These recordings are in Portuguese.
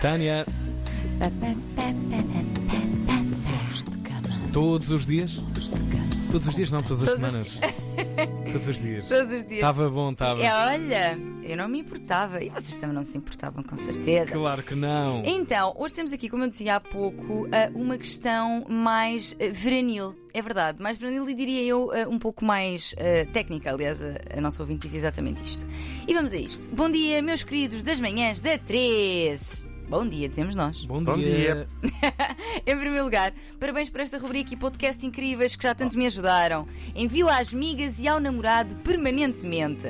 Tânia, todos os dias? Todos os dias, não, todas as Todos os semanas. Todos os dias. Todos os dias. Estava bom, estava. É, olha, eu não me importava. E vocês também não se importavam, com certeza. Claro que não. Então, hoje temos aqui, como eu dizia há pouco, eh, uma questão mais eh, veranil. É verdade, mais veranil e diria eu eh, um pouco mais eh, técnica. Aliás, a a nossa ouvinte diz exatamente isto. E vamos a isto. Bom dia, meus queridos das manhãs da 3. Bom dia, dizemos nós. Bom dia. Bom dia. Em primeiro lugar, parabéns por esta rubrica e podcast incríveis que já tanto me ajudaram. Envio às migas e ao namorado permanentemente.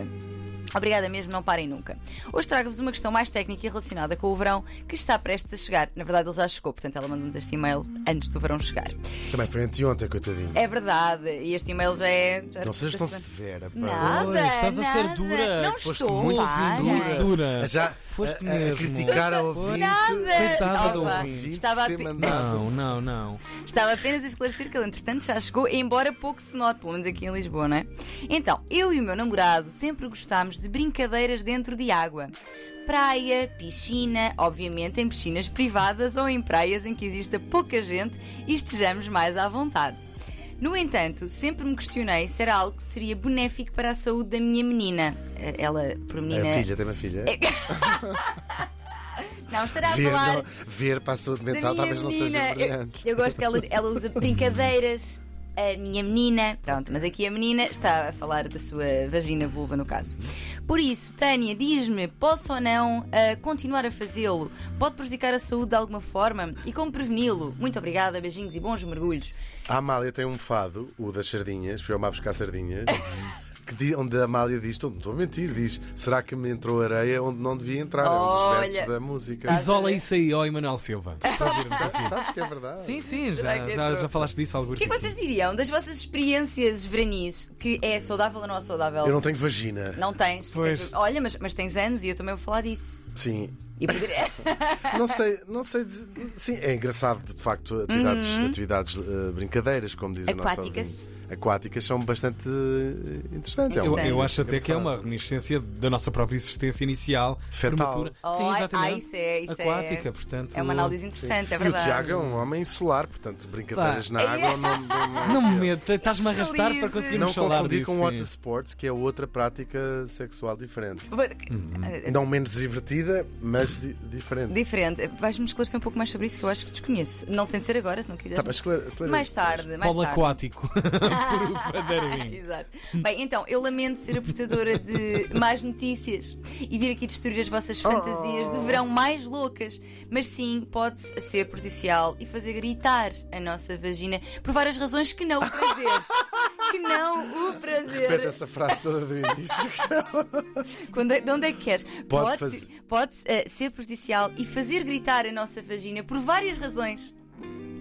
Obrigada mesmo, não parem nunca. Hoje trago-vos uma questão mais técnica e relacionada com o verão que está prestes a chegar. Na verdade, ele já chegou, portanto, ela mandou-nos este e-mail antes do verão chegar. Também foi antes de ontem, coitadinho. É verdade, e este e-mail já é. Já Não sejas tão severa, pá. Nada, Pois, estás a ser nada. dura. Não Foste estou, muito para. Muito dura. Ah, É Já Foste a, a, mesmo. a criticar a ouvinte. É Coitada Nada! do Opa, ouvinte Estava a ter pe- mandado. Não, não, não. Estava apenas a esclarecer que ele, entretanto, já chegou, embora pouco se note, pelo menos aqui em Lisboa, não é? Então, eu e o meu namorado sempre gostámos de brincadeiras dentro de água. Praia, piscina, obviamente em piscinas privadas ou em praias em que exista pouca gente e estejamos mais à vontade. No entanto, sempre me questionei se era algo que seria benéfico para a saúde da minha menina. Eh, Ela, por menina. É a filha, tem uma filha. Não estará a Ver, falar. não, ver para a saúde da mental minha talvez não menina. seja eu, brilhante. eu gosto que ela, ela usa brincadeiras. A minha menina, pronto, mas aqui a menina está a falar da sua vagina vulva, no caso. Por isso, Tânia, diz-me, posso ou não ah, continuar a fazê-lo? Pode prejudicar a saúde de alguma forma? E como preveni-lo? Muito obrigada, beijinhos e bons mergulhos. A Amália tem um fado, o das sardinhas, fui ao mar buscar sardinhas, Uhum. que di- onde a Amália diz, não estou a mentir, diz, será que me entrou areia onde não devia entrar? É um dos Olha. versos da música. Estás a Isola ver? É. isso aí, ó Emanuel Silva. Só ouvirmos assim. Sabes que é verdade? Sim, sim, já, Será que é já, troco? já falaste disso O alguns que é que vocês diriam das vossas experiências veranis? Que é saudável ou não é saudável? Eu não tenho vagina. Não tens. Pois. Olha, mas, mas tens anos e eu também vou falar disso. Sim, E poder- é Não sei, não sei. dizer- Sim, é engraçado, de facto, atividades, atividades eh, brincadeiras, como dizem Uhum. Aquáticas. Aquáticas são bastante eh, interessantes. É um- Eu, Interessante. eu acho até que é uma engraçado. reminiscência da nossa própria existência inicial, Fetal. prematura. Oh, Sim, ai- exatamente. ai, isso é- isso é- Aquática, portanto. É uma análise interessante, é E o verdade. Tiago é um homem solar, portanto, brincadeiras na água não, não, é Não me meta, estás-me a arrastar para Deslizes. conseguirmos não falar confundir disso. com sim. water sports, que é outra prática sexual diferente. But- eh, Não menos divertida, mas di- diferente. Diferente. Vais-me esclarecer um pouco mais sobre isso que eu acho que desconheço. Não tem de ser agora, se não quiseres. Tá, mas esclare- esclare- mais tarde, mais Polo tarde. aquático. Por o Padarwin. Exato. Bem, então, eu lamento ser a portadora de más notícias e vir aqui destruir as vossas Oh. fantasias de verão mais loucas, mas sim, pode ser prejudicial e fazer gritar a nossa vagina por várias razões que não o prazer. que não o Repete prazer. essa frase toda do início. Quando é- de onde é que queres? Pode, fazer- pode, eh, ser prejudicial e fazer gritar a nossa vagina por várias razões.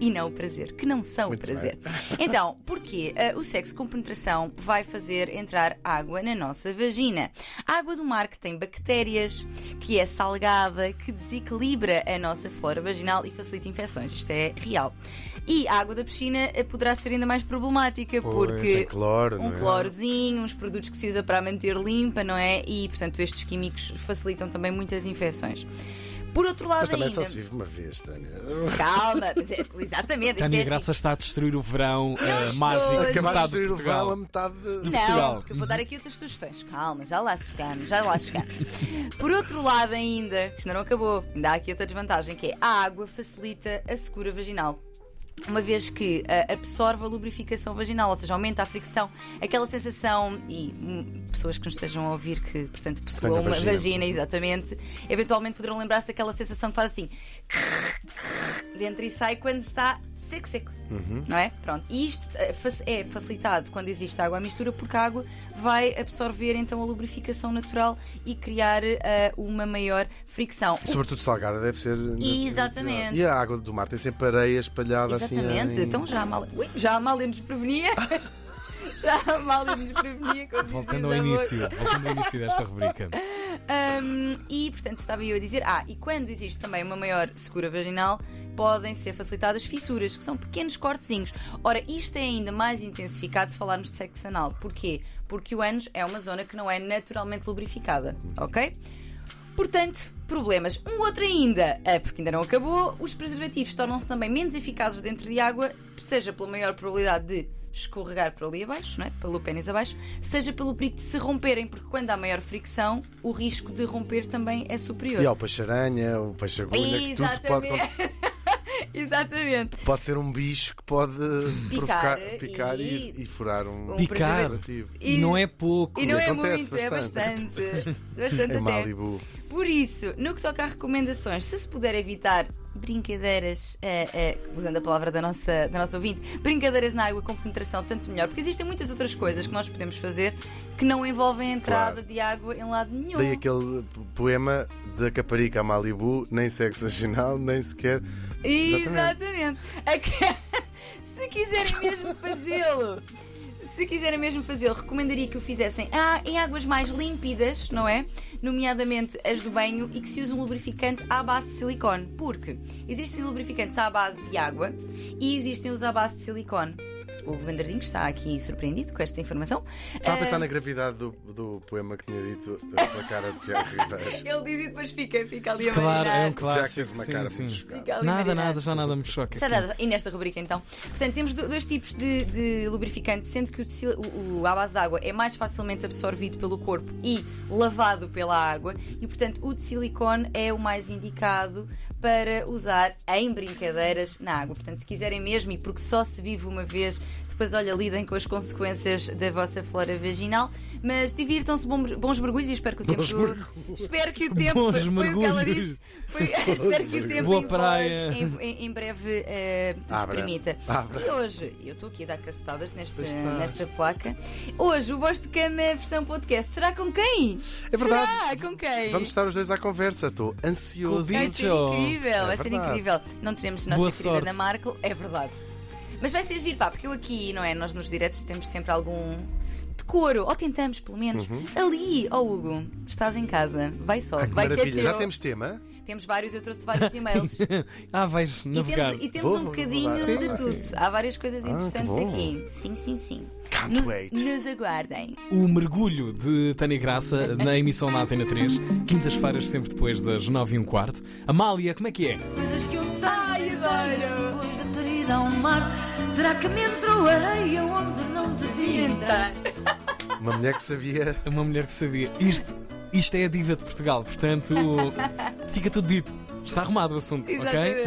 E não o prazer, que não são o Muito prazer. Então, porquê? Eh, o sexo com penetração vai fazer entrar água na nossa vagina. A água do mar que tem bactérias, que é salgada, que desequilibra a nossa flora vaginal e facilita infecções. Isto é real. E a água da piscina eh, poderá ser ainda mais problemática, Pois, porque tem cloro, um não é? clorozinho, uns produtos que se usa para a manter limpa, não é? E, portanto, estes químicos facilitam também muitas infecções. Por outro lado, Mas também é ainda. só se vive uma vez, Tânia. Calma, mas é- exatamente. Isto Tânia é Graça assim. está a destruir o verão eh, estou. mágico de Acabaste de metade de destruir o verão a Portugal. metade de... Não, Portugal. porque eu vou dar aqui outras sugestões. Calma, já lá chegamos, já lá chegamos. Por outro lado, ainda, que isto ainda não acabou, ainda há aqui outra desvantagem, que é a água facilita a secura vaginal. Uma vez que ah, absorve a lubrificação vaginal, ou seja, aumenta a fricção, aquela sensação, e hum, pessoas que nos estejam a ouvir que, portanto, possuam uma vagina. vagina, exatamente, eventualmente poderão lembrar-se daquela sensação que faz assim, dentro e sai quando está seco, seco. Uhum. Não é? Pronto. E isto eh, fac- é facilitado quando existe água à mistura, porque a água vai absorver então a lubrificação natural e criar eh, uma maior fricção. é O- Sobretudo salgada, deve ser. né? Exatamente. E a água do mar tem sempre areia espalhada assim. eh, Exatamente. em- Então já a Amália. Ui, já a Amália nos prevenia. já a Amália nos prevenia. como dizia Voltando ao o amor. início, voltando ao início desta rubrica. Ahm, e portanto estava eu a dizer, ah, e quando existe também uma maior secura vaginal, podem ser facilitadas fissuras, que são pequenos cortezinhos. Ora, isto é ainda mais intensificado se falarmos de sexo anal. Porquê? Porque o ânus é uma zona que não é naturalmente lubrificada, ok? Portanto, problemas. Um outro ainda, ah, porque ainda não acabou, os preservativos tornam-se também menos eficazes dentro de água, seja pela maior probabilidade de escorregar por ali abaixo, não é? pelo pênis abaixo, seja pelo perigo de se romperem, porque quando há maior fricção, o risco de romper também é superior. E ao peixe-aranha, o peixe-agulha, que tudo pode, Exatamente. Exatamente. pode ser um bicho que pode Picar provocar, picar e, e- e furar um, Um Picar. preservativo. E não é pouco. E não é Acontece muito, é bastante. bastante. Bastante Em até. Malibu. Por isso, no que toca a recomendações, se se puder evitar brincadeiras, eh, eh, usando a palavra da nossa, da nossa ouvinte, brincadeiras na água com penetração, tanto melhor, porque existem muitas outras coisas que nós podemos fazer que não envolvem a entrada Claro. de água em lado nenhum. Daí aquele poema da Caparica a Malibu, nem sexo vaginal, nem sequer. Exatamente. Aque- Se quiserem mesmo fazê-lo. Se quiserem mesmo fazê-lo, recomendaria que o fizessem ah, em águas mais límpidas, não é? Nomeadamente as do banho e que se use um lubrificante à base de silicone. Porque existem lubrificantes à base de água e existem os à base de silicone. O Vandardinho está aqui surpreendido com esta informação. Tá Estava a É. pensar na gravidade do, do poema que tinha dito eh, pela cara de Tiago Ribeiro. Ah, Ele diz e depois fica, fica ali a Claro, é marinar. um Tiago clássico. fez uma cara Sim, muito sim. chocada. Fica ali a Nada, marinar. nada, já nada me choca. Já nada. E nesta rubrica então? Portanto, temos do- dois tipos de, de lubrificante, sendo que o, de sil- o, o à base de água é mais facilmente absorvido pelo corpo e lavado pela água, e portanto o de silicone é o mais indicado para usar em brincadeiras na água. Portanto, se quiserem mesmo, e porque só se vive uma vez, depois olha, lidem com as consequências da vossa flora vaginal, mas divirtam-se, bom- bons mergulhos, e espero que o tempo. Bons do- Espero que o tempo. Bons Foi, foi o que ela mergulhos. disse. Foi- espero que o tempo Boa em vós, praia. em em, em breve eh, nos Uhum. Abra. permita. Abra. E hoje, eu estou aqui a dar cacetadas nesta, Pois estás. nesta placa. Hoje, o voz de cama é a versão podcast. Será com quem? É verdade. Será com quem? Vamos estar os dois à conversa, estou ansioso. Vai ser Bicho. incrível, É vai ser verdade. incrível. Não teremos a nossa Boa querida sorte. Ana Marco, é verdade. Mas vai ser giro, pá, porque eu aqui, não é? Nós nos diretos temos sempre algum decoro, ou tentamos pelo menos. Ali, ó Hugo, estás em casa, vai só, Uhum. Ah, que vai que é maravilha. Já teu. temos tema? Temos vários, eu trouxe vários e-mails. Ah, vais E navegar. temos, e temos Vou, um vou, bocadinho vou de dar. tudo. Há várias coisas Ah, interessantes que bom. aqui. Sim, sim, sim. Can't Nos, wait. nos aguardem. O mergulho de Tânia Graça na emissão da Atena 3, quintas-feiras, sempre depois das 9 e um quarto. Amália, como é que é? coisas que eu tenho Depois de ter ido ao mar Será que me entrou areia onde não devia entrar? tá. Uma mulher que sabia. É Uma mulher que sabia. Isto, isto é a diva de Portugal, portanto, fica tudo dito. Está arrumado o assunto, ok? Exatamente.